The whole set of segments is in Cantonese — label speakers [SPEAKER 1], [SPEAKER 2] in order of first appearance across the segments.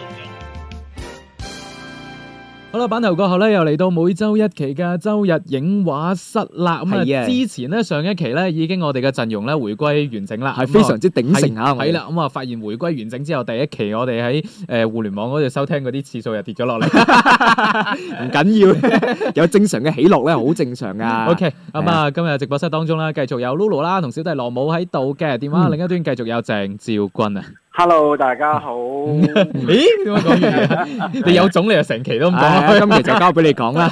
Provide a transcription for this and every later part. [SPEAKER 1] 影。
[SPEAKER 2] 好啦，版頭過後咧，又嚟到每周一期嘅周日影畫室啦。咁
[SPEAKER 3] 係
[SPEAKER 2] 啊，
[SPEAKER 3] 啊
[SPEAKER 2] 之前咧上一期咧已經我哋嘅陣容咧回歸完整啦，
[SPEAKER 3] 係非常之鼎盛啊！我哋
[SPEAKER 2] 係啦，咁啊發現回歸完整之後，第一期我哋喺誒互聯網嗰度收聽嗰啲次數又跌咗 落嚟。
[SPEAKER 3] 唔緊要，有 正常嘅起落咧，好正常噶。
[SPEAKER 2] OK，咁啊今日直播室當中啦，繼續有 Lulu 啦同小弟羅姆喺度 嘅，電話
[SPEAKER 3] 嗯
[SPEAKER 2] 另一端繼續有鄭照君啊。
[SPEAKER 4] Hello，大家好。
[SPEAKER 2] 嗯咦？點解講粵語 啊？你有種你就成期都唔講
[SPEAKER 3] 唉。 今期就交俾 你講啦。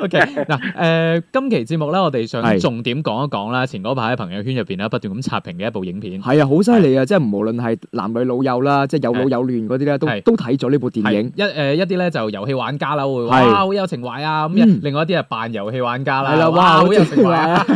[SPEAKER 2] O K，嗱，誒，今期節目咧，我哋想
[SPEAKER 3] 係
[SPEAKER 2] 重點講一講啦。前嗰排喺朋友圈入邊咧，不斷咁刷屏嘅一部影片，
[SPEAKER 3] 係啊，好犀利啊！即係無論係男女老幼啦，即係有老有嫩嗰啲咧，都
[SPEAKER 2] 係
[SPEAKER 3] 都睇咗呢部電
[SPEAKER 2] 係
[SPEAKER 3] 影。
[SPEAKER 2] 一誒一啲咧就遊戲玩家啦，會
[SPEAKER 3] 係
[SPEAKER 2] 哇好有情懷啊咁樣
[SPEAKER 3] 嗯；
[SPEAKER 2] 另外一啲係扮遊戲玩家啦，
[SPEAKER 3] 係啦，哇，
[SPEAKER 2] 好有
[SPEAKER 3] 正
[SPEAKER 2] 情懷
[SPEAKER 3] 啊
[SPEAKER 2] 啊！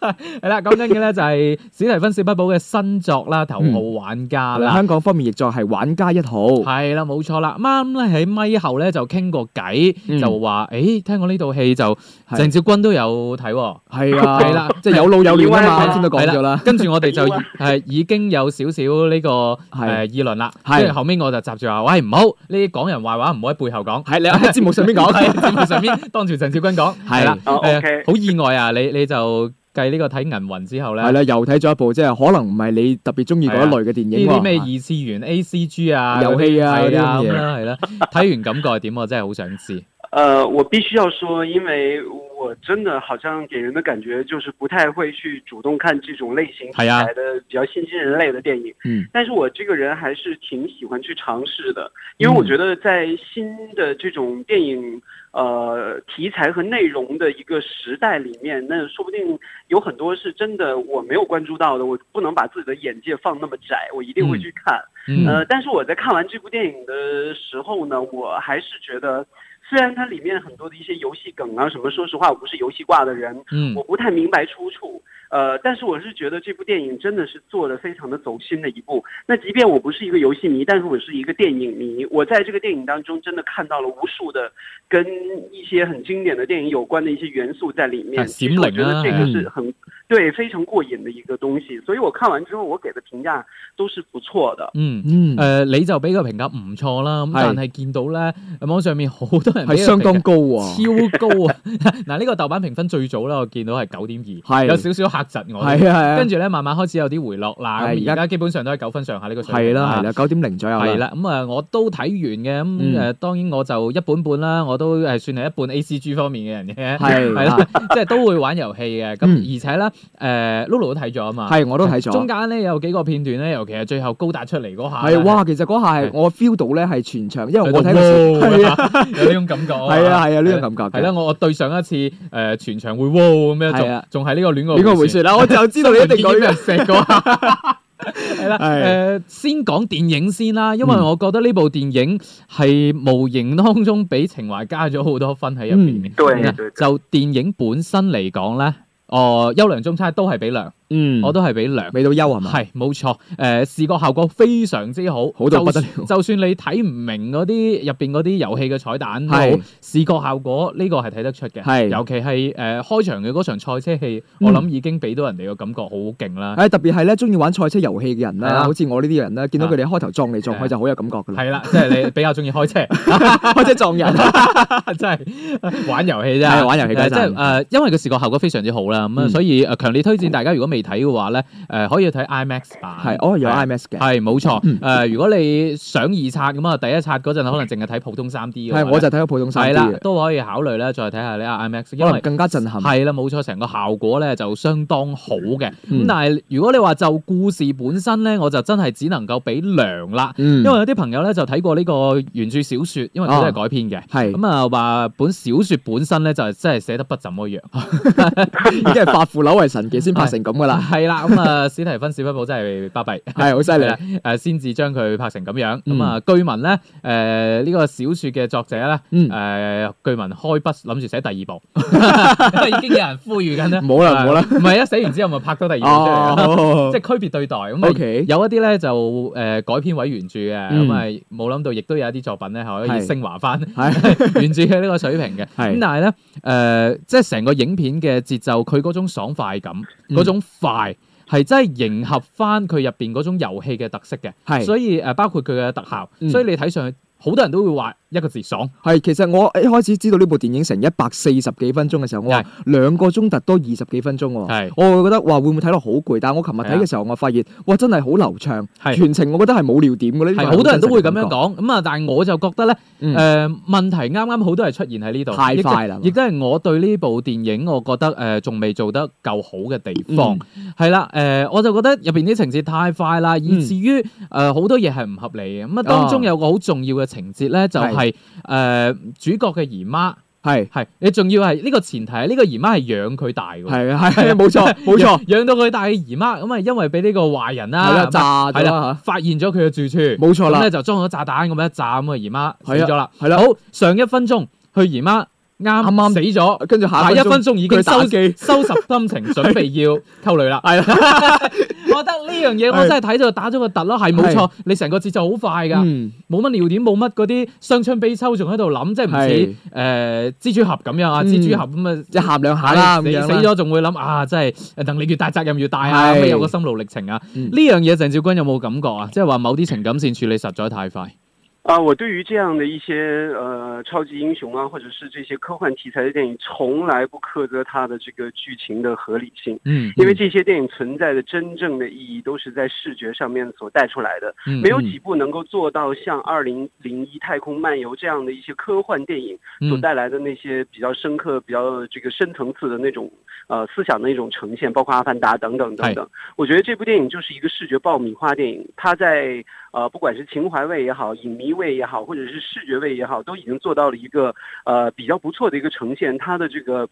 [SPEAKER 2] 係啦，咁跟住咧就係史提芬史匹堡嘅新作啦，《頭號玩家》啦。
[SPEAKER 3] 香港方面亦作係玩家一號，
[SPEAKER 2] 係啦，冇錯啦。啱咧喺咪後咧就傾過偈，
[SPEAKER 3] 嗯
[SPEAKER 2] 就話誒，聽講呢套戲就
[SPEAKER 3] 係
[SPEAKER 2] 鄭少君都有睇喎。
[SPEAKER 3] 係啊，
[SPEAKER 2] 係啦，
[SPEAKER 3] 即係有老有嫩
[SPEAKER 2] 係
[SPEAKER 3] 啊嘛，
[SPEAKER 2] 啦
[SPEAKER 3] 啱先都講咗啦。
[SPEAKER 2] 跟住我哋就
[SPEAKER 4] 好啊
[SPEAKER 2] 係已經有少少呢個誒
[SPEAKER 3] 係
[SPEAKER 2] 議論啦，
[SPEAKER 3] 係
[SPEAKER 2] 跟住後面我就集住話：喂，唔好呢啲講人壞話，唔好喺背後講。
[SPEAKER 3] 係你 喺節目上面講，
[SPEAKER 2] 喺節目上面當住鄭少君講， 係啦，
[SPEAKER 4] 哦
[SPEAKER 2] 誒
[SPEAKER 4] OK
[SPEAKER 2] 好意外啊！你你就計呢個睇銀魂之後咧
[SPEAKER 3] 係，啦，又睇咗一部即係可能唔係你特別中意嗰一類嘅電
[SPEAKER 2] 呢
[SPEAKER 3] 影
[SPEAKER 2] 啲咩
[SPEAKER 3] 喎。
[SPEAKER 2] 二次元 A C G 啊、
[SPEAKER 3] 遊戲啊
[SPEAKER 2] 係啊
[SPEAKER 3] 嗰啲
[SPEAKER 2] 咁
[SPEAKER 3] 咁嘢
[SPEAKER 2] 啦，係啦，睇完感覺係點我真係好想知。
[SPEAKER 4] 呃，我必须要说，因为我真的好像给人的感觉就是不太会去主动看这种类型题
[SPEAKER 2] 哎呀
[SPEAKER 4] 材的比较新兴人类的电影。
[SPEAKER 3] 嗯，
[SPEAKER 4] 但是我这个人还是挺喜欢去尝试的，因为我觉得在新的这种电影呃题材和内容的一个时代里面，那说不定有很多是真的我没有关注到的，我不能把自己的眼界放那么窄，我一定会去看。
[SPEAKER 2] 嗯
[SPEAKER 4] 呃，但是我在看完这部电影的时候呢，我还是觉得，虽然它里面很多的一些游戏梗啊什么，说实话，我不是游戏挂的人，
[SPEAKER 2] 嗯
[SPEAKER 4] 我不太明白出处。呃，但是我是觉得这部电影真的是做的非常的走心的一部。那即便我不是一个游戏迷，但是我是一个电影迷。我在这个电影当中真的看到了无数的跟一些很经典的电影有关的一些元素在里
[SPEAKER 2] 啊
[SPEAKER 4] 面。
[SPEAKER 2] 闪
[SPEAKER 4] 其实我
[SPEAKER 2] 灵
[SPEAKER 4] 觉
[SPEAKER 2] 啊
[SPEAKER 4] 得这个是很、对非常过瘾的一个东西。所以我看完之后，我给的评价都是不错的。
[SPEAKER 2] 嗯。
[SPEAKER 3] 嗯
[SPEAKER 2] 誒、，你就俾個評價唔錯啦，咁
[SPEAKER 3] 係
[SPEAKER 2] 但係見到咧網上面好多人俾個
[SPEAKER 3] 係相
[SPEAKER 2] 評價
[SPEAKER 3] 當高喎。
[SPEAKER 2] 超高啊！ 嗱，呢個豆瓣評分最早啦，我見到係九點二，
[SPEAKER 3] 係
[SPEAKER 2] 有少少嚇窒我。
[SPEAKER 3] 係啊，係啊
[SPEAKER 2] 跟。住咧慢慢開始有啲回落啦。
[SPEAKER 3] 係
[SPEAKER 2] 咁而
[SPEAKER 3] 而
[SPEAKER 2] 家基本上都係九分上下呢個水平。
[SPEAKER 3] 係啦，係。啦，九點零左右
[SPEAKER 2] 係
[SPEAKER 3] 啦。
[SPEAKER 2] 啊啦，咁啊，我都睇完嘅，
[SPEAKER 3] 嗯
[SPEAKER 2] 咁誒呃當然我就一本半啦，我都呃係算係一半 A C G 方面嘅人嘅，
[SPEAKER 3] 係
[SPEAKER 2] 係
[SPEAKER 3] 啊
[SPEAKER 2] 啦，即係都會玩遊戲嘅，咁
[SPEAKER 3] 嗯
[SPEAKER 2] 而且咧，誒 Lulu 都睇咗啊嘛，
[SPEAKER 3] 係我都睇咗。
[SPEAKER 2] 中間咧有幾個片段咧，尤其係最後高達出嚟嗰下，
[SPEAKER 3] 係，哇！其實嗰下係
[SPEAKER 2] 係
[SPEAKER 3] 我 feel 到咧係全場，因為
[SPEAKER 2] 喺
[SPEAKER 3] 我
[SPEAKER 2] 度，
[SPEAKER 3] 睇到係啊
[SPEAKER 2] 哇有呢種感覺，
[SPEAKER 3] 係啊係啊呢種感覺
[SPEAKER 2] 係啦，
[SPEAKER 3] 嘅。
[SPEAKER 2] 我我對上一次誒全場會哇咁樣，
[SPEAKER 3] 係
[SPEAKER 2] 仲
[SPEAKER 3] 啊
[SPEAKER 2] 仲係呢個戀愛
[SPEAKER 3] 呢個回旋啦，我就知道你一定講
[SPEAKER 2] 俾人
[SPEAKER 3] 呢
[SPEAKER 2] 錫過。係啦，
[SPEAKER 3] 係
[SPEAKER 2] 誒先講電影先啦，因為
[SPEAKER 3] 嗯
[SPEAKER 2] 我覺得呢部電影係無形當中俾情懷加咗好多分喺入邊嘅。
[SPEAKER 4] 對
[SPEAKER 2] 嗱
[SPEAKER 4] 對對
[SPEAKER 2] 就電影本身嚟講咧，哦，優良中差都係俾良，
[SPEAKER 3] 嗯
[SPEAKER 2] 我都係俾良。
[SPEAKER 3] 未到休係嘛？
[SPEAKER 2] 係冇錯，誒、視覺效果非常之好，
[SPEAKER 3] 好到不得了
[SPEAKER 2] 就就算你睇唔明嗰啲入邊嗰啲遊戲嘅彩蛋，好
[SPEAKER 3] 係
[SPEAKER 2] 視覺效果呢、個係睇得出嘅。
[SPEAKER 3] 係嗯
[SPEAKER 2] 尤其係誒、開場嘅嗰場賽車戲，我諗已經俾到人哋個感覺好勁啦。
[SPEAKER 3] 誒特別係咧，中意玩賽車遊戲嘅人
[SPEAKER 2] 係啊啊
[SPEAKER 3] 啦，好似我呢啲人咧，見到佢哋開頭撞嚟撞
[SPEAKER 2] 係
[SPEAKER 3] 去就好有感覺㗎啦，
[SPEAKER 2] 係啦，即係 你比較中意開車，
[SPEAKER 3] 開車撞人。
[SPEAKER 2] 真 係玩遊戲啫。
[SPEAKER 3] 係玩遊戲
[SPEAKER 2] 誒
[SPEAKER 3] 嗰陣
[SPEAKER 2] 即係啊誒，因為個視覺效果非常之好啦，咁啊，
[SPEAKER 3] 嗯
[SPEAKER 2] 所以誒強烈推薦大家如果未睇嘅話咧，誒可以睇 IMAX 版。
[SPEAKER 3] 係，哦，有
[SPEAKER 2] 係
[SPEAKER 3] IMS 嘅，
[SPEAKER 2] 係冇錯，誒、
[SPEAKER 3] 嗯
[SPEAKER 2] 如果你想二刷咁啊，第一刷嗰陣可能淨係睇普通三 D 嘅話
[SPEAKER 3] 係
[SPEAKER 2] 呢，
[SPEAKER 3] 我就睇咗普通三
[SPEAKER 2] 係
[SPEAKER 3] D
[SPEAKER 2] 啦
[SPEAKER 3] 嘅，，
[SPEAKER 2] 都可以考慮咧，再睇下呢個 IMAX，因
[SPEAKER 3] 可能
[SPEAKER 2] 為
[SPEAKER 3] 更加震撼。
[SPEAKER 2] 係啦，冇錯，成個效果咧就相當好嘅。咁、
[SPEAKER 3] 嗯
[SPEAKER 2] 但係如果你話就故事本身咧，我就真係只能夠俾涼啦，
[SPEAKER 3] 嗯，啊
[SPEAKER 2] 因為有啲朋友咧就睇過呢個原著小説，因為佢都係改編嘅。
[SPEAKER 3] 係
[SPEAKER 2] 咁啊，話本小説本身咧就係真係寫得不怎麼樣，
[SPEAKER 3] 已經係化腐朽為神奇先拍成咁㗎噶啦，
[SPEAKER 2] 系啦，咁啊，史提芬史匹堡真係巴閉，
[SPEAKER 3] 係好犀利嗯
[SPEAKER 2] 係啦， 誒呃先至將佢拍成咁樣。咁啊，據聞咧，誒呢個小説嘅作者咧，
[SPEAKER 3] 嗯
[SPEAKER 2] 誒據聞開筆諗住寫第 二部，已經有人呼籲緊咧，
[SPEAKER 3] 冇啦冇啦
[SPEAKER 2] 誒唔係啊，寫完之後咪拍多第二部出嚟啦。
[SPEAKER 3] 哦
[SPEAKER 2] 即，係區別對待咁啊
[SPEAKER 3] OK
[SPEAKER 2] 有一啲咧就誒、改編為原著嘅，
[SPEAKER 3] 嗯
[SPEAKER 2] 咁啊冇諗到，亦都有一啲作品咧係可以
[SPEAKER 3] 係
[SPEAKER 2] 升華翻
[SPEAKER 3] 係
[SPEAKER 2] 原著嘅呢個水平嘅。咁
[SPEAKER 3] 係
[SPEAKER 2] 但係咧誒，即係成個影片嘅節奏，佢嗰種爽快感，
[SPEAKER 3] 嗯
[SPEAKER 2] 嗰種快。係真係迎合翻佢入邊嗰種遊戲嘅特色嘅，
[SPEAKER 3] 係
[SPEAKER 2] 所以誒呃包括佢嘅特效，
[SPEAKER 3] 嗯
[SPEAKER 2] 所以你睇上去好多人都會話一個字爽，
[SPEAKER 3] 係，其實我一開始知道呢部電影成一百四十幾分鐘嘅時候，我話
[SPEAKER 2] 係
[SPEAKER 3] 兩個鐘突多二十幾分鐘喎。
[SPEAKER 2] 係
[SPEAKER 3] 我會覺得哇，會唔會睇落好攰？但係我琴日
[SPEAKER 2] 係啊
[SPEAKER 3] 睇嘅時候，我發現哇，真係好流暢，
[SPEAKER 2] 係
[SPEAKER 3] 全程我覺得係冇尿點嘅呢呢個
[SPEAKER 2] 係
[SPEAKER 3] 係
[SPEAKER 2] 好多人都會咁
[SPEAKER 3] 真實嘅
[SPEAKER 2] 樣
[SPEAKER 3] 感覺。
[SPEAKER 2] 講，咁啊但係我就覺得咧。誒、
[SPEAKER 3] 嗯
[SPEAKER 2] 問呃題啱啱好都係出現喺呢度，
[SPEAKER 3] 太快啦
[SPEAKER 2] 亦都係我對呢部電影，我覺得誒仲未做得夠好嘅地方，
[SPEAKER 3] 嗯
[SPEAKER 2] 係啦誒，我就覺得入邊啲情節太快啦，以至於誒好多嘢係唔合理嘅。咁啊，當中有個好重要嘅情節咧，就係、誒主角嘅姨媽
[SPEAKER 3] 係
[SPEAKER 2] 係你仲要係呢個前提，呢、個姨媽係養佢大嘅，
[SPEAKER 3] 係係冇 錯冇錯，
[SPEAKER 2] 養到佢大嘅姨媽，咁啊因為俾呢個壞人
[SPEAKER 3] 係
[SPEAKER 2] 啦
[SPEAKER 3] 啦，炸
[SPEAKER 2] 係
[SPEAKER 3] 咗啊
[SPEAKER 2] 啦
[SPEAKER 3] 啦
[SPEAKER 2] 發現咗佢嘅住處，
[SPEAKER 3] 嚇，冇錯
[SPEAKER 2] 咁
[SPEAKER 3] 啦
[SPEAKER 2] 咧，就裝咗炸彈咁樣一炸，咁啊姨媽死
[SPEAKER 3] 係啊
[SPEAKER 2] 咗啦。
[SPEAKER 3] 係啦
[SPEAKER 2] 好，上一分鐘佢姨媽啱
[SPEAKER 3] 啱啱
[SPEAKER 2] 死咗，
[SPEAKER 3] 跟住下
[SPEAKER 2] 下一分鐘已經
[SPEAKER 3] 佢打
[SPEAKER 2] 收
[SPEAKER 3] 機
[SPEAKER 2] 收拾心情，準備要溝女啦。
[SPEAKER 3] 係啦，
[SPEAKER 2] 我覺得呢樣嘢我真係睇到打咗個突咯，係冇錯，你成個節奏好快㗎，
[SPEAKER 3] 嗯
[SPEAKER 2] 冇乜尿點，冇乜嗰啲傷春悲秋，仲喺度諗，即係唔似誒蜘蛛俠咁樣啊，
[SPEAKER 3] 嗯
[SPEAKER 2] 蜘蛛俠咁啊。
[SPEAKER 3] 即係喊兩下
[SPEAKER 2] 係
[SPEAKER 3] 啦咁
[SPEAKER 2] 死
[SPEAKER 3] 樣
[SPEAKER 2] 死
[SPEAKER 3] 啦
[SPEAKER 2] 咗仲會諗啊，真係能力越大責任越大啊，
[SPEAKER 3] 係
[SPEAKER 2] 咁有個心路歷程啊。
[SPEAKER 3] 嗯
[SPEAKER 2] 呢樣嘢鄭少君有冇感覺啊？即係話某啲情感線處理實在太快。
[SPEAKER 4] 啊，我对于这样的一些呃超级英雄啊，或者是这些科幻题材的电影，从来不苛责它的这个剧情的合理性，
[SPEAKER 2] 嗯
[SPEAKER 4] 因为这些电影存在的真正的意义都是在视觉上面所带出来的。
[SPEAKER 2] 嗯
[SPEAKER 4] 没有几部能够做到像《二零零一太空漫游》这样的一些科幻电影所
[SPEAKER 2] 嗯
[SPEAKER 4] 带来的那些比较深刻、比较这个深层次的那种呃思想的一种呈现，包括《阿凡达》等等等等。我觉得这部电影就是一个视觉爆米花电影，它在呃不管是情怀位也好、影迷位也好，或者是视觉位也好，都已经做到了一个呃比较不错的一个呈现。它的这个。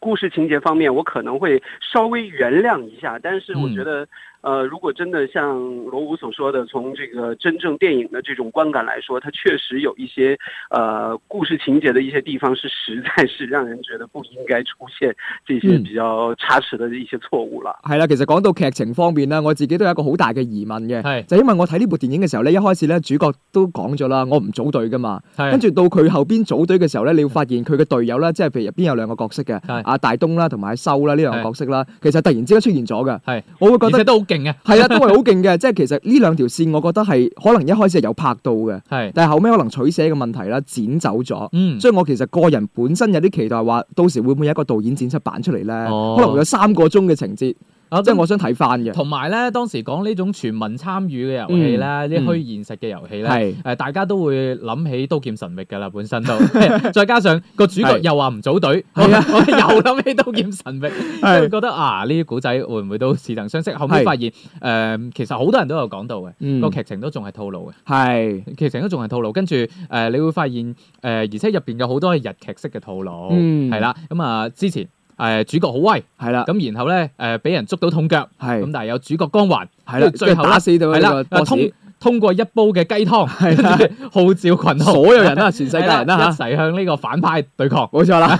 [SPEAKER 4] 故事情节方面，我可能会稍微原谅一下，但是我
[SPEAKER 2] 嗯
[SPEAKER 4] 觉得，呃，如果真的像罗武所说的，从这个真正电影的这种观感来说，它确实有一些呃故事情节的一些地方是实在是让人觉得不应该出现这些
[SPEAKER 3] 嗯
[SPEAKER 4] 比较差池的一些错误了。
[SPEAKER 3] 係啦，其實講到劇情方面啦，我自己都有一個好大嘅疑問
[SPEAKER 2] 係
[SPEAKER 3] 嘅，就因為我睇呢部電影嘅時候咧，一開始咧主角都講咗啦，我唔組隊噶嘛，
[SPEAKER 2] 係啊
[SPEAKER 3] 跟住到佢後邊組隊嘅時候咧，你會發現佢嘅隊友啦，即係譬如入邊有兩個角色嘅
[SPEAKER 2] 嗯係，
[SPEAKER 3] 阿大東啦同埋阿修啦呢兩個角色啦，其實突然之間出現咗
[SPEAKER 2] 係
[SPEAKER 3] 嘅，我會覺
[SPEAKER 2] 而且
[SPEAKER 3] 得
[SPEAKER 2] 都好勁嘅，
[SPEAKER 3] 係啊，都係好勁嘅，即 係其實呢兩條線我覺得係可能一開始係有拍到嘅，
[SPEAKER 2] 係
[SPEAKER 3] 但係後尾可能取捨嘅問題啦，剪走咗。
[SPEAKER 2] 嗯，
[SPEAKER 3] 所以我其實個人本身有啲期待話，到時會唔會有一個導演剪輯版出嚟咧？
[SPEAKER 2] 哦
[SPEAKER 3] 可能會有三個鐘嘅情節，即
[SPEAKER 2] 啊
[SPEAKER 3] 係我想睇翻嘅。
[SPEAKER 2] 同埋咧，當時講呢種全民參與嘅遊戲啦，
[SPEAKER 3] 嗯
[SPEAKER 2] 啲虛現實嘅遊戲咧。
[SPEAKER 3] 係
[SPEAKER 2] 誒，大家都會諗起《刀劍神域》㗎啦，本身都， 再加上個主角
[SPEAKER 3] 係
[SPEAKER 2] 又話唔組隊， 我我
[SPEAKER 3] 係
[SPEAKER 2] 又
[SPEAKER 3] 啊
[SPEAKER 2] 諗起《刀劍神域》，
[SPEAKER 3] 係
[SPEAKER 2] 會覺得啊，呢啲古仔會唔會都似曾相識？後尾
[SPEAKER 3] 係
[SPEAKER 2] 發現誒，其實好多人都有講到嘅，
[SPEAKER 3] 嗯
[SPEAKER 2] 個劇情都仲係套路
[SPEAKER 3] 係
[SPEAKER 2] 嘅，劇情都仲係套路。跟住誒，你會發現誒，而且入邊有好多係日劇式嘅套路，
[SPEAKER 3] 嗯
[SPEAKER 2] 係啦。咁啊，之前誒主角好威。
[SPEAKER 3] 係啦，
[SPEAKER 2] 咁然後咧誒俾人捉到痛腳，咁
[SPEAKER 3] 啊係
[SPEAKER 2] 但係有主角光環，
[SPEAKER 3] 係
[SPEAKER 2] 最
[SPEAKER 3] 啦，最
[SPEAKER 2] 後
[SPEAKER 3] 後
[SPEAKER 2] 呢
[SPEAKER 3] 打死到
[SPEAKER 2] 係
[SPEAKER 3] 呢
[SPEAKER 2] 啦
[SPEAKER 3] 個，
[SPEAKER 2] 啊
[SPEAKER 3] boss，
[SPEAKER 2] 通通過一煲嘅雞湯，
[SPEAKER 3] 係啦
[SPEAKER 2] 跟住號召群 雄，
[SPEAKER 3] 所有人啦，全世界
[SPEAKER 2] 係
[SPEAKER 3] 人
[SPEAKER 2] 啦
[SPEAKER 3] 啦
[SPEAKER 2] 一
[SPEAKER 3] 嚇，
[SPEAKER 2] 齊向呢個反派對 抗。
[SPEAKER 3] 冇錯 啦，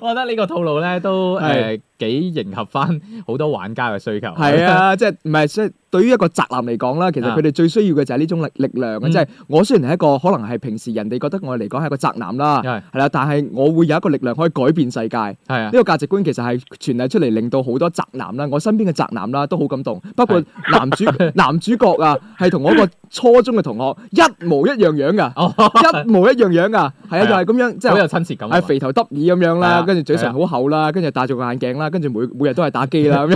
[SPEAKER 2] 我覺得呢個套路咧都誒
[SPEAKER 3] 係
[SPEAKER 2] 幾迎合翻好多玩家嘅需求。
[SPEAKER 3] 係，啊，即係唔係即係對於一個宅男嚟講啦，其實
[SPEAKER 2] 啊
[SPEAKER 3] 佢哋最需要嘅就係呢種力力量啊！
[SPEAKER 2] 嗯
[SPEAKER 3] 即係我雖然係一個可能係平時人哋覺得我嚟講係一個宅男 啦，
[SPEAKER 2] 係啊
[SPEAKER 3] 係啦，但係我會有一個力量可以改變世界。
[SPEAKER 2] 係啊
[SPEAKER 3] 呢。個價值觀其實係傳遞出嚟，令到好多宅男啦，我身邊嘅宅男啦都好感動。包括 男 主男主角啊，係同我一個初中嘅同學一模一樣樣 噶，
[SPEAKER 2] 哦，
[SPEAKER 3] 一模一樣樣噶，
[SPEAKER 2] 係
[SPEAKER 3] 係
[SPEAKER 2] 啊
[SPEAKER 3] 啊，就係咁樣， 即
[SPEAKER 2] 好有
[SPEAKER 3] 係
[SPEAKER 2] 親切感啊。
[SPEAKER 3] 係肥頭耷耳咁樣
[SPEAKER 2] 係啊
[SPEAKER 3] 啦，跟住嘴
[SPEAKER 2] 係啊
[SPEAKER 3] 唇好厚啦，跟住戴住個眼鏡啦，跟住每每日都係打機 啦，咁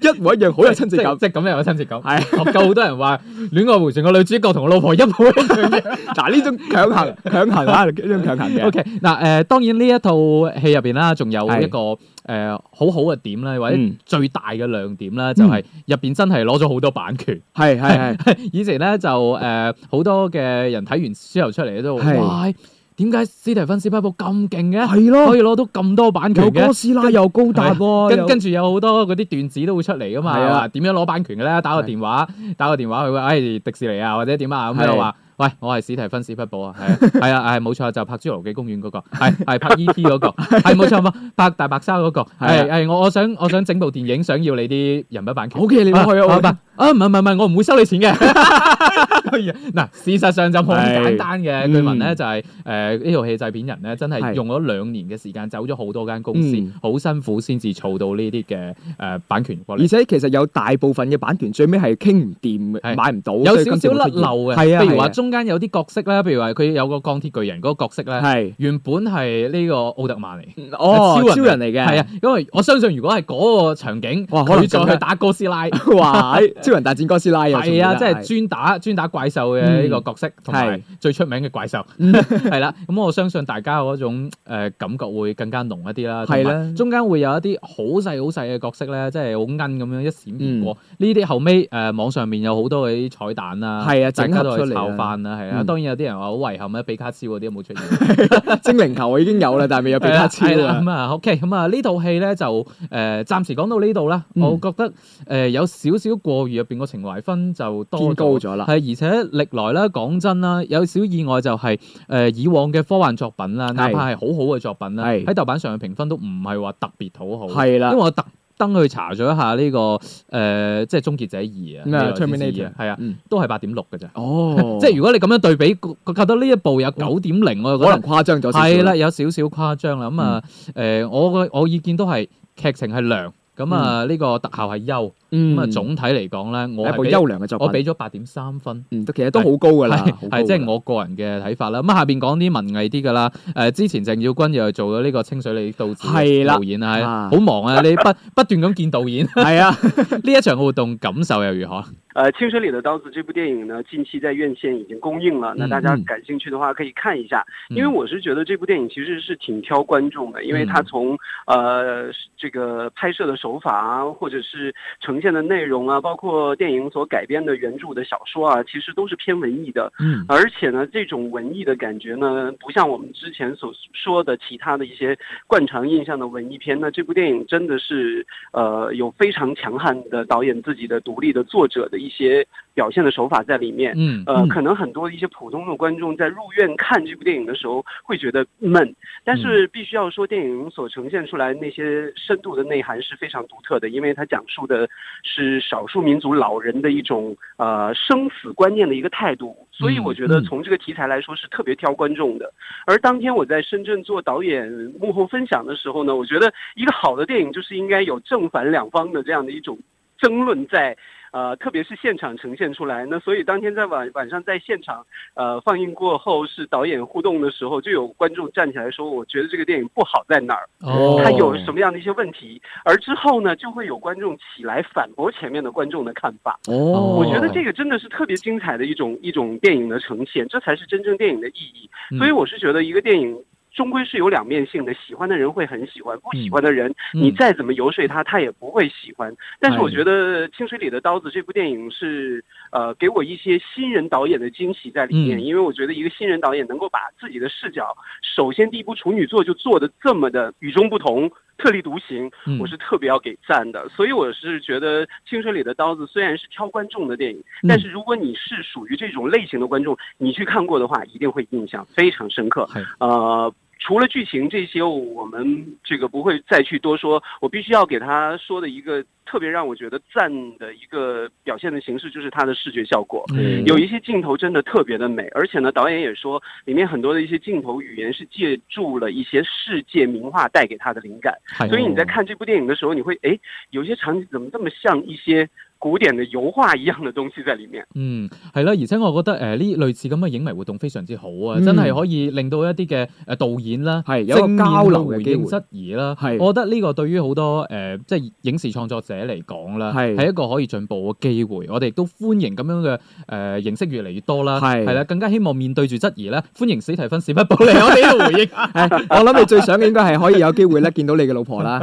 [SPEAKER 3] 樣一模一樣，好有親切感
[SPEAKER 2] 即。係咁樣有親切感。
[SPEAKER 3] 係
[SPEAKER 2] 我夠好多人話《戀愛回旋》個女主角同我老婆一模一樣嘅。
[SPEAKER 3] 嗱，呢種強行強行啊，呢種強行
[SPEAKER 2] O
[SPEAKER 3] 嘅
[SPEAKER 2] K，嗱誒，當然呢一套戲入邊啦，仲有
[SPEAKER 3] 係
[SPEAKER 2] 一個誒、呃好好嘅點啦，或者
[SPEAKER 3] 嗯
[SPEAKER 2] 最大嘅亮點啦，就係入邊真係攞咗好多版權。
[SPEAKER 3] 係係係
[SPEAKER 2] 呃以前咧就誒好、多嘅人睇完之後出嚟都話
[SPEAKER 3] 係
[SPEAKER 2] 哇點解斯蒂芬史匹堡咁勁嘅？
[SPEAKER 3] 係咯
[SPEAKER 2] 可以攞到咁多版權
[SPEAKER 3] 有
[SPEAKER 2] 嘅
[SPEAKER 3] 哥。斯拉，有高達喎，
[SPEAKER 2] 啊跟
[SPEAKER 3] 有
[SPEAKER 2] 跟住有好多嗰啲段子都會出嚟噶嘛，
[SPEAKER 3] 係啊
[SPEAKER 2] 話點樣攞版權嘅咧？打個
[SPEAKER 3] 係
[SPEAKER 2] 電話，打個電話去，哎迪士尼啊，或者點啊咁
[SPEAKER 3] 係
[SPEAKER 2] 又話。喂，我係史提芬史匹堡啊，係 啊係啊，係冇錯，就拍侏羅紀公園嗰個，係係拍 E.T. 嗰個，係冇錯，拍大白鯊嗰個，
[SPEAKER 3] 啊
[SPEAKER 2] 係係我我想我想整部電影，想要你啲人物版權。
[SPEAKER 3] OK，你攞去
[SPEAKER 2] 啊
[SPEAKER 3] 啊我
[SPEAKER 2] 唔係啊，唔係唔係唔係，我唔會收你錢嘅。 嗱，事實上就冇咁簡單嘅。
[SPEAKER 3] 係
[SPEAKER 2] 據聞咧
[SPEAKER 3] 嗯
[SPEAKER 2] 就係誒呢套戲製片人咧，真係
[SPEAKER 3] 係
[SPEAKER 2] 用咗兩年嘅時間，走咗好多間公司
[SPEAKER 3] 嗯，
[SPEAKER 2] 好辛苦先至儲到呢啲嘅誒版權過
[SPEAKER 3] 而
[SPEAKER 2] 嚟。
[SPEAKER 3] 且其實有大部分嘅版權最尾係傾唔掂嘅，
[SPEAKER 2] 係
[SPEAKER 3] 買唔到，
[SPEAKER 2] 有
[SPEAKER 3] 所以
[SPEAKER 2] 少
[SPEAKER 3] 今次
[SPEAKER 2] 少
[SPEAKER 3] 會
[SPEAKER 2] 甩
[SPEAKER 3] 出現
[SPEAKER 2] 漏嘅，
[SPEAKER 3] 係啊，
[SPEAKER 2] 譬如話
[SPEAKER 3] 係
[SPEAKER 2] 中間有啲角色咧，譬如話佢有個鋼鐵巨人嗰個角色
[SPEAKER 3] 啊
[SPEAKER 2] 咧，
[SPEAKER 3] 係
[SPEAKER 2] 原本係呢個奧特曼嚟，
[SPEAKER 3] 哦
[SPEAKER 2] 係
[SPEAKER 3] 超人嚟嘅，
[SPEAKER 2] 係啊，因為我相信如果係嗰個場景，
[SPEAKER 3] 哇可能
[SPEAKER 2] 佢再
[SPEAKER 3] 更加
[SPEAKER 2] 去打哥斯拉，
[SPEAKER 3] 哇！超人大戰哥斯拉又
[SPEAKER 2] 係啊，即
[SPEAKER 3] 重現啦
[SPEAKER 2] 係專打專打怪獸嘅呢個角色，同埋
[SPEAKER 3] 係嗯
[SPEAKER 2] 最出名嘅怪獸， 係啦。咁我相信大家嗰種誒感覺會更加濃一啲啦。
[SPEAKER 3] 係
[SPEAKER 2] 同
[SPEAKER 3] 啦
[SPEAKER 2] 埋中間會有一啲好細好細嘅角色咧，即係好奀咁樣一閃而過。呢啲後尾誒網上面有好多嗰啲彩蛋啦，
[SPEAKER 3] 嗯係啊
[SPEAKER 2] 大家都
[SPEAKER 3] 整合
[SPEAKER 2] 去
[SPEAKER 3] 出嚟
[SPEAKER 2] 炒
[SPEAKER 3] 啦
[SPEAKER 2] 翻啦，係啊。
[SPEAKER 3] 嗯
[SPEAKER 2] 當然有啲人話好遺憾咧，啊比卡超嗰啲冇出現。
[SPEAKER 3] 精靈球我已經有啦， 但係未有比卡超
[SPEAKER 2] 係啦
[SPEAKER 3] 啊。
[SPEAKER 2] 咁啊，OK，咁啊呢套戲咧就誒、呃、暫時講到呢度啦。
[SPEAKER 3] 嗯
[SPEAKER 2] 我覺得誒、呃有少少過譽入邊個情懷分就多
[SPEAKER 3] 偏高咗啦
[SPEAKER 2] 係而且歷來咧講真啦，有少意外就係、呃以往嘅科幻作品啦，哪怕係好好嘅作品啦，
[SPEAKER 3] 係
[SPEAKER 2] 喺豆瓣上嘅評分都唔係話特別討好。
[SPEAKER 3] 係啊啦
[SPEAKER 2] 因為，我特登去查咗一下呢、個誒、呃即係《終結者二》啊，
[SPEAKER 3] 咩
[SPEAKER 2] 未來之子啊
[SPEAKER 3] Terminator
[SPEAKER 2] 係啊，
[SPEAKER 3] 嗯
[SPEAKER 2] 都係八點六嘅咋。
[SPEAKER 3] 哦，
[SPEAKER 2] 即係如果你咁樣對比，覺覺得呢一部有九點零，我就覺
[SPEAKER 3] 可
[SPEAKER 2] 得
[SPEAKER 3] 能誇張咗少少。嗯
[SPEAKER 2] 係啦，，有少少誇張啦。咁啊，誒，我個我意見都係劇情係良，咁啊呢個特效係優。咁
[SPEAKER 3] 咁
[SPEAKER 2] 啊，總體嚟講咧，我
[SPEAKER 3] 嗯一
[SPEAKER 2] 係
[SPEAKER 3] 部
[SPEAKER 2] 俾
[SPEAKER 3] 優良嘅作品，
[SPEAKER 2] 我俾咗八點三分。
[SPEAKER 3] 嗯都其實都好高㗎啦，
[SPEAKER 2] 係
[SPEAKER 3] 好高㗎啦
[SPEAKER 2] 係，即係我個人嘅睇法啦。咁啊下邊講啲文藝啲噶啦。誒，之前鄭耀君又係做咗呢個清水里道子
[SPEAKER 3] 係啦
[SPEAKER 2] 導演啊，係
[SPEAKER 3] 啊
[SPEAKER 2] 好忙啊！你不 不斷咁見導演，
[SPEAKER 3] 係啊，
[SPEAKER 2] 呢一場活動感受又如何？
[SPEAKER 4] 呃，《清水里的刀子》这部电影呢，近期在院线已经公映了，那大家
[SPEAKER 3] 嗯嗯
[SPEAKER 4] 感兴趣的话可以看一下。
[SPEAKER 2] 嗯
[SPEAKER 4] 因为我是觉得这部电影其实是挺挑观众的，因为
[SPEAKER 3] 嗯
[SPEAKER 4] 它从呃这个拍摄的手法啊，或者是呈现的内容啊，包括电影所改编的原著的小说啊，其实都是偏文艺的。
[SPEAKER 2] 嗯
[SPEAKER 4] 而且呢，这种文艺的感觉呢，不像我们之前所说的其他的一些惯常印象的文艺片。那这部电影真的是，呃，有非常强悍的导演自己的独立的作者的一些表现的手法在里面。
[SPEAKER 2] 嗯
[SPEAKER 4] 呃，
[SPEAKER 3] 嗯
[SPEAKER 4] 可能很多一些普通的观众在入院看这部电影的时候会觉得闷，但是必须要说，电影所呈现出来那些深度的内涵是非常独特的，因为它讲述的是少数民族老人的一种呃生死观念的一个态度，所以
[SPEAKER 2] 嗯
[SPEAKER 4] 我觉得
[SPEAKER 3] 嗯
[SPEAKER 4] 从这个题材来说是特别挑观众的。而当天我在深圳做导演幕后分享的时候呢，我觉得一个好的电影就是应该有正反两方的这样的一种争论在。呃，特别是现场呈现出来，那所以当天在晚晚上在现场呃放映过后，是导演互动的时候，就有观众站起来说：“我觉得这个电影不好在哪儿，
[SPEAKER 2] 哦
[SPEAKER 4] 它有什么样的一些问题。”而之后呢，就会有观众起来反驳前面的观众的看法。
[SPEAKER 3] 哦，
[SPEAKER 4] 我觉得这个真的是特别精彩的一种一种电影的呈现，这才是真正电影的意义。所
[SPEAKER 2] 嗯
[SPEAKER 4] 以我是觉得一个电影。终归是有两面性的，喜欢的人会很喜欢，不喜欢的人，
[SPEAKER 2] 嗯
[SPEAKER 4] 你再怎么游说他，他也不会喜欢。但是我
[SPEAKER 3] 哎
[SPEAKER 4] 觉得《清水里的刀子》这部电影是呃给我一些新人导演的惊喜在里面，
[SPEAKER 2] 嗯
[SPEAKER 4] 因为我觉得一个新人导演能够把自己的视角，首先第一部处女作就做的这么的与众不同。特立独行，
[SPEAKER 2] 嗯
[SPEAKER 4] 我是特别要给赞的，所以我是觉得《清水里的刀子》虽然是挑观众的电影，
[SPEAKER 3] 嗯
[SPEAKER 4] 但是如果你是属于这种类型的观众，你去看过的话，一定会印象非常深刻
[SPEAKER 2] 是。
[SPEAKER 4] 呃，除了剧情这些，我们这个不会再去多说。我必须要给他说的一个特别让我觉得赞的一个表现的形式，就是它的视觉效果。
[SPEAKER 2] 嗯
[SPEAKER 4] 有一些镜头真的特别的美，而且呢，导演也说里面很多的一些镜头语言是借助了一些世界名画带给他的灵感，
[SPEAKER 2] 係
[SPEAKER 4] 所以你在看这部电影的时候，你会哎，有些场景怎么这么像一些古典的油画一样的东西在里面？
[SPEAKER 2] 嗯，係啦，而且我覺得誒呢、類似咁嘅影迷活動非常之好啊，
[SPEAKER 3] 嗯
[SPEAKER 2] 真係可以令到一啲嘅誒導演啦，
[SPEAKER 3] 係有一個交流嘅
[SPEAKER 2] 正面去
[SPEAKER 3] 機會
[SPEAKER 2] 回應質疑啦。
[SPEAKER 3] 係
[SPEAKER 2] 我覺得呢個對於好多誒、呃即係影視創作者嚟講啦，
[SPEAKER 3] 係
[SPEAKER 2] 係一個可以進步嘅機會。我哋亦都歡迎咁樣嘅誒、呃形式越嚟越多啦，
[SPEAKER 3] 係
[SPEAKER 2] 啦，更加希望面對住質疑咧，歡迎史提芬史匹堡嚟我哋度回 應。
[SPEAKER 3] 係我諗你最想嘅應該係可以有機會咧見到你嘅老婆啦。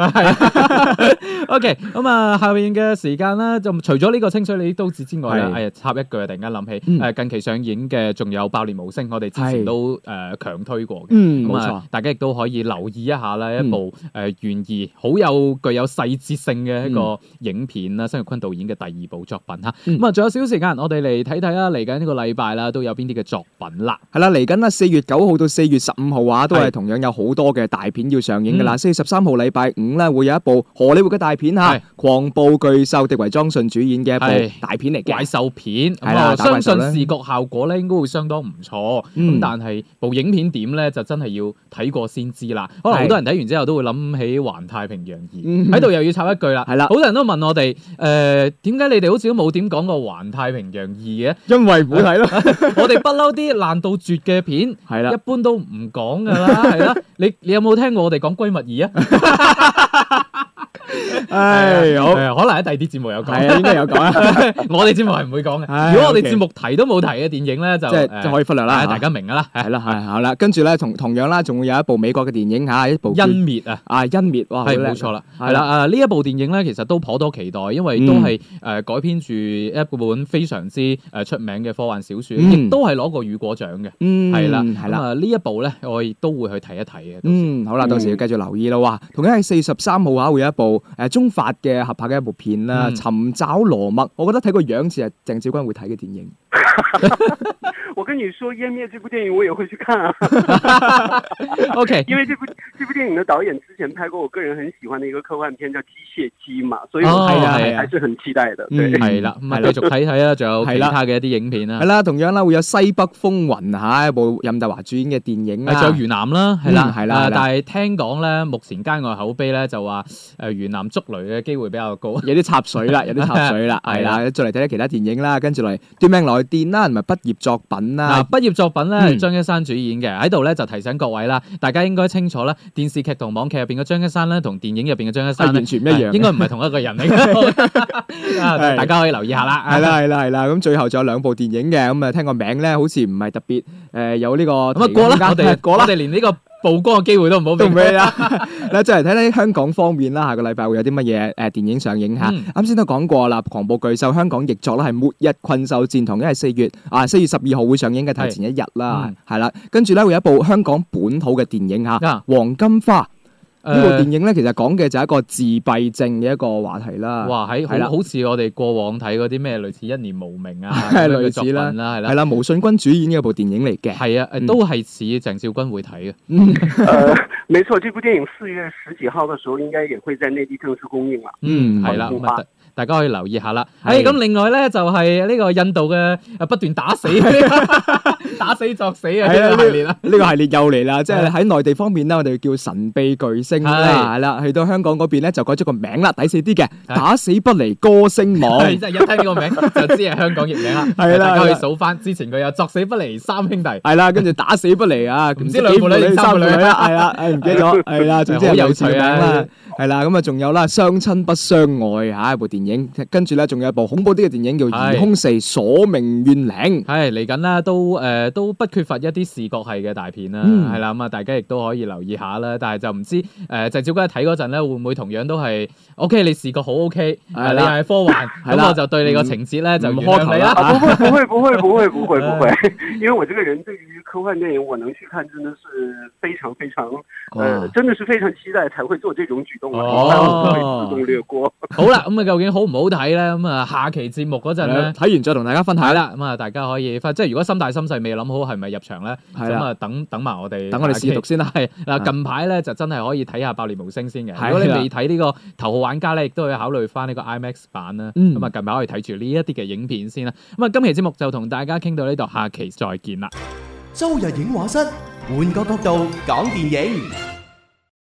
[SPEAKER 2] OK，咁啊，下面嘅時間啦，就仲除咗呢個清水你啲刀子之外咧，
[SPEAKER 3] 係
[SPEAKER 2] 哎呀插一句啊，突然間諗起
[SPEAKER 3] 嗯
[SPEAKER 2] 誒近期上映嘅仲有《爆裂無聲》，我哋之前
[SPEAKER 3] 係
[SPEAKER 2] 都誒強推過嘅。
[SPEAKER 3] 嗯，
[SPEAKER 2] 咁
[SPEAKER 3] 冇
[SPEAKER 2] 啊
[SPEAKER 3] 錯，，
[SPEAKER 2] 大家亦都可以留意一下啦，
[SPEAKER 3] 嗯
[SPEAKER 2] 一部誒懸疑好有具有細節性嘅一個影片啦，辛玉坤導演嘅第二部作品嚇。
[SPEAKER 3] 嗯
[SPEAKER 2] 咁啊，仲有少少時間，我哋嚟睇睇啦，嚟緊呢個禮拜啦，都有邊啲嘅作品啦。
[SPEAKER 3] 係啦，嚟緊啦，四月九號到四月十五號啊，都
[SPEAKER 2] 係
[SPEAKER 3] 係同樣有好多嘅大片要上映噶啦。四月十三號禮拜五咧，會有一部荷里活嘅大片嚇，
[SPEAKER 2] 係
[SPEAKER 3] 《狂暴巨獸》，迪維莊信主演嘅一
[SPEAKER 2] 係
[SPEAKER 3] 部大片嚟
[SPEAKER 2] 怪
[SPEAKER 3] 嘅。
[SPEAKER 2] 獸片，咁
[SPEAKER 3] 係啦
[SPEAKER 2] 我
[SPEAKER 3] 打
[SPEAKER 2] 相
[SPEAKER 3] 怪獸
[SPEAKER 2] 信
[SPEAKER 3] 啦
[SPEAKER 2] 視覺效果咧應該會相當唔錯。咁、
[SPEAKER 3] 嗯
[SPEAKER 2] 但係部影片點咧，就真係要睇過先知啦。可能好
[SPEAKER 3] 係
[SPEAKER 2] 多人睇完之後都會諗起《環太平洋二》
[SPEAKER 3] 嗯
[SPEAKER 2] 喺度又要插一句啦。
[SPEAKER 3] 係啦
[SPEAKER 2] 好多人都問我哋誒呃點解你哋好似都冇點講過《環太平洋二》嘅？
[SPEAKER 3] 因為冇睇咯，
[SPEAKER 2] 我哋不嬲啲爛到絕嘅片，
[SPEAKER 3] 係啊啦
[SPEAKER 2] 一，般都唔講㗎 啦，係啦。你你有冇聽過我哋講《閨蜜二》啊？
[SPEAKER 3] 唉，哎好，
[SPEAKER 2] 誒可能喺第二啲節目有講。
[SPEAKER 3] 係啊，應該有 講啊，
[SPEAKER 2] 我哋節目係唔會講嘅。
[SPEAKER 3] 唉
[SPEAKER 2] 如果我哋
[SPEAKER 3] OK
[SPEAKER 2] 節目提都冇提嘅電影咧，就
[SPEAKER 3] 即
[SPEAKER 2] 誒
[SPEAKER 3] 係即係可以忽略
[SPEAKER 2] 係啊
[SPEAKER 3] 啦。
[SPEAKER 2] 大家明㗎啦。
[SPEAKER 3] 係啦，係好啦，跟住咧同同樣啦，仲會有一部美國嘅電影嚇，一部
[SPEAKER 2] 恩滅啊！
[SPEAKER 3] 啊湮滅，哇，
[SPEAKER 2] 係
[SPEAKER 3] 好叻
[SPEAKER 2] 冇錯啦，
[SPEAKER 3] 係嗯
[SPEAKER 2] 係啦，誒呢一部電影咧，其實都頗多期待，因為都係誒改編住一本非常之誒出名嘅科幻小説，
[SPEAKER 3] 嗯
[SPEAKER 2] 亦都係攞過雨果獎嘅，
[SPEAKER 3] 嗯，
[SPEAKER 2] 係啦，
[SPEAKER 3] 係
[SPEAKER 2] 咁
[SPEAKER 3] 啦。
[SPEAKER 2] 啊呢一部咧，我亦都會去睇一睇嘅。到時
[SPEAKER 3] 嗯，好啦，到時要繼續留意啦。哇，同樣係四月十三號啊，會有一部誒中法嘅合拍嘅一部片啦，
[SPEAKER 2] 嗯
[SPEAKER 3] 《尋找羅密》。我覺得睇個樣似係鄭少君會睇嘅電影。
[SPEAKER 4] 我跟你说，《湮灭》这部电影我也会去看啊，
[SPEAKER 2] O K，
[SPEAKER 4] 因为这部这部电影的导演之前拍过我个人很喜欢的一个科幻片叫《机械姬》嘛，所以我
[SPEAKER 2] 哦
[SPEAKER 4] 还
[SPEAKER 2] 是
[SPEAKER 4] 是
[SPEAKER 2] 啊
[SPEAKER 4] 还是很期待的。对，
[SPEAKER 3] 嗯
[SPEAKER 2] 係啦，咁啊
[SPEAKER 3] 係啦
[SPEAKER 2] 繼續睇睇啦，仲有其
[SPEAKER 3] 係啦
[SPEAKER 2] 他嘅一啲影片啦
[SPEAKER 3] 係。啦，同樣啦，會有《西北風雲》嚇，一部任達華主演嘅電
[SPEAKER 2] 誒，
[SPEAKER 3] 影
[SPEAKER 2] 仲啊有
[SPEAKER 3] 啦。
[SPEAKER 2] 越南啦，係啦，
[SPEAKER 3] 嗯係啦
[SPEAKER 2] 誒
[SPEAKER 3] 係啦
[SPEAKER 2] 但係聽講咧，目前街外口碑咧就話呃誒越南捉雷嘅機會比較 高。
[SPEAKER 3] 有啲插 水啦，有啲插水啦，
[SPEAKER 2] 係
[SPEAKER 3] 係
[SPEAKER 2] 啦
[SPEAKER 3] 啦，再嚟睇睇其他電影啦，跟住嚟奪命來電啦，同埋畢業作品
[SPEAKER 2] 嗱，
[SPEAKER 3] 啦，
[SPEAKER 2] 畢業作品咧
[SPEAKER 3] 嗯
[SPEAKER 2] 係張一山主演嘅，喺度咧就提醒各位啦，大家應該清楚啦，電視劇同網劇入邊嘅張一山咧，同電影入邊嘅張一山
[SPEAKER 3] 係
[SPEAKER 2] 咧
[SPEAKER 3] 完，全唔一樣
[SPEAKER 2] 啊
[SPEAKER 3] 嘅。
[SPEAKER 2] 應該唔係同一個人嚟 嘅，啊
[SPEAKER 3] 係
[SPEAKER 2] 大家可以留意下啦。 啊
[SPEAKER 3] 係啦，係啦，係啦。咁最後仲有兩部電影嘅，咁啊聽個名咧，好似唔係特別誒有呢個
[SPEAKER 2] 咁啊
[SPEAKER 3] 提
[SPEAKER 2] 過
[SPEAKER 3] 供
[SPEAKER 2] 啦
[SPEAKER 3] 空間。，
[SPEAKER 2] 我哋
[SPEAKER 3] 過啦
[SPEAKER 2] 我。哋連呢個曝光嘅機會都唔好俾
[SPEAKER 3] 都。咩啦？ 嗱，就嚟睇睇香港方面啦，下個禮拜會有啲乜嘢誒電影上映嚇。
[SPEAKER 2] 嗯
[SPEAKER 3] 啱先都講過啦，《狂暴巨獸》香港譯作啦係《末日困獸戰》，同樣係四月啊四月十二號會上映嘅提前一日啦
[SPEAKER 2] 嗯，
[SPEAKER 3] 係啦。跟住咧會有一部香港本土嘅電影嚇，
[SPEAKER 2] 啊呃
[SPEAKER 3] 《黃金花》。呢部
[SPEAKER 2] 誒
[SPEAKER 3] 電影咧，其實講嘅就係一個自閉症嘅一個話題啦。
[SPEAKER 2] 哇，喺
[SPEAKER 3] 係啦
[SPEAKER 2] 好好似我哋過往睇嗰啲咩類似一年無名啊， 咁樣
[SPEAKER 3] 係
[SPEAKER 2] 嘅作
[SPEAKER 3] 類似
[SPEAKER 2] 品
[SPEAKER 3] 啦
[SPEAKER 2] 啦，係啦
[SPEAKER 3] 係。啦，毛舜筠主演嘅一部電影嚟嘅。
[SPEAKER 2] 係啊，誒
[SPEAKER 3] 嗯
[SPEAKER 2] 都係似鄭少君會睇嘅。
[SPEAKER 4] 呃， 没错，这部电影四月十几号的时候应该也会在内地正式公映了。
[SPEAKER 3] 嗯
[SPEAKER 2] 係啦，
[SPEAKER 4] 好
[SPEAKER 2] 咁啊，大大家可以留意下啦。誒，
[SPEAKER 3] 係
[SPEAKER 2] 咁另外咧就係呢個印度嘅誒不斷打死、 打死作死啊
[SPEAKER 3] 係啊
[SPEAKER 2] 呢個系列啦。
[SPEAKER 3] 呢個系列又嚟啦，即係喺內地方面咧，我哋叫神秘巨星啦，係啦，去到香港嗰邊咧就改咗個名啦，抵死啲嘅，打死不離歌聲網，
[SPEAKER 2] 係真係一聽呢個名就知係香港譯名啦。
[SPEAKER 3] 係啦
[SPEAKER 2] 大家可以
[SPEAKER 3] 係啦
[SPEAKER 2] 數翻之前佢有作死不離三兄弟，
[SPEAKER 3] 係啦，跟住打死不離啊，
[SPEAKER 2] 唔知兩父女定三父女
[SPEAKER 3] 唔知幾父啦，係啊啦，誒唔記得咗，係啦，總之係
[SPEAKER 2] 好有
[SPEAKER 3] 類似嘅
[SPEAKER 2] 趣啊
[SPEAKER 3] 名啦，係啦，咁啊仲有啦，相親不相愛嚇一部電影，跟住咧仲有一部恐怖啲嘅電影叫《
[SPEAKER 2] 係
[SPEAKER 3] 疑兇四鎖命怨靈》，
[SPEAKER 2] 係嚟緊啦，都誒都不缺乏一啲視覺系嘅大片啦，
[SPEAKER 3] 嗯
[SPEAKER 2] 係啦咁啊，大家亦都可以留意下啦。但係就唔知誒呃鄭少君睇嗰陣咧，會唔會同樣都係 OK？你視覺好 OK，啊
[SPEAKER 3] 係啦
[SPEAKER 2] 你又係科幻，
[SPEAKER 3] 係
[SPEAKER 2] 咁
[SPEAKER 3] 啦
[SPEAKER 2] 我就對你個情節咧就
[SPEAKER 3] 唔
[SPEAKER 2] 原
[SPEAKER 3] 苛求
[SPEAKER 2] 諒你啦。
[SPEAKER 3] 啦
[SPEAKER 4] 啊，不会，不会，不会，不会，不会，不会，因为我这个人对于科幻电影，我能去看，真的是非常非常，呃
[SPEAKER 3] 哇，
[SPEAKER 4] 真的是非常期待才会做这种举动啊，
[SPEAKER 2] 哦
[SPEAKER 4] 一般我都会自动略过。
[SPEAKER 2] 好啦，咁啊究竟好唔好睇咧？咁啊下期節目嗰陣咧。
[SPEAKER 3] 睇完再同大家分
[SPEAKER 2] 係
[SPEAKER 3] 享啦，
[SPEAKER 2] 啦，咁啊，大家可以翻，即係如果心大心細未諗好係咪入場咧，
[SPEAKER 3] 係
[SPEAKER 2] 咁
[SPEAKER 3] 啦
[SPEAKER 2] 啊，等等埋我哋，
[SPEAKER 3] 等我哋試讀先啦。
[SPEAKER 2] 係嗱，
[SPEAKER 3] 啊
[SPEAKER 2] 近排咧就真係可以睇下《爆裂無聲》先嘅。
[SPEAKER 3] 係啦
[SPEAKER 2] 如果你未睇呢個《頭號玩家》咧，亦都可以考慮翻呢個 IMAX 版啦。
[SPEAKER 3] 嗯
[SPEAKER 2] 咁啊，近排可以睇住呢一啲嘅影片先啦。咁啊，今期節目就同大家傾到呢度，下期再見啦。
[SPEAKER 1] 周日影畫室，換個角度講電影。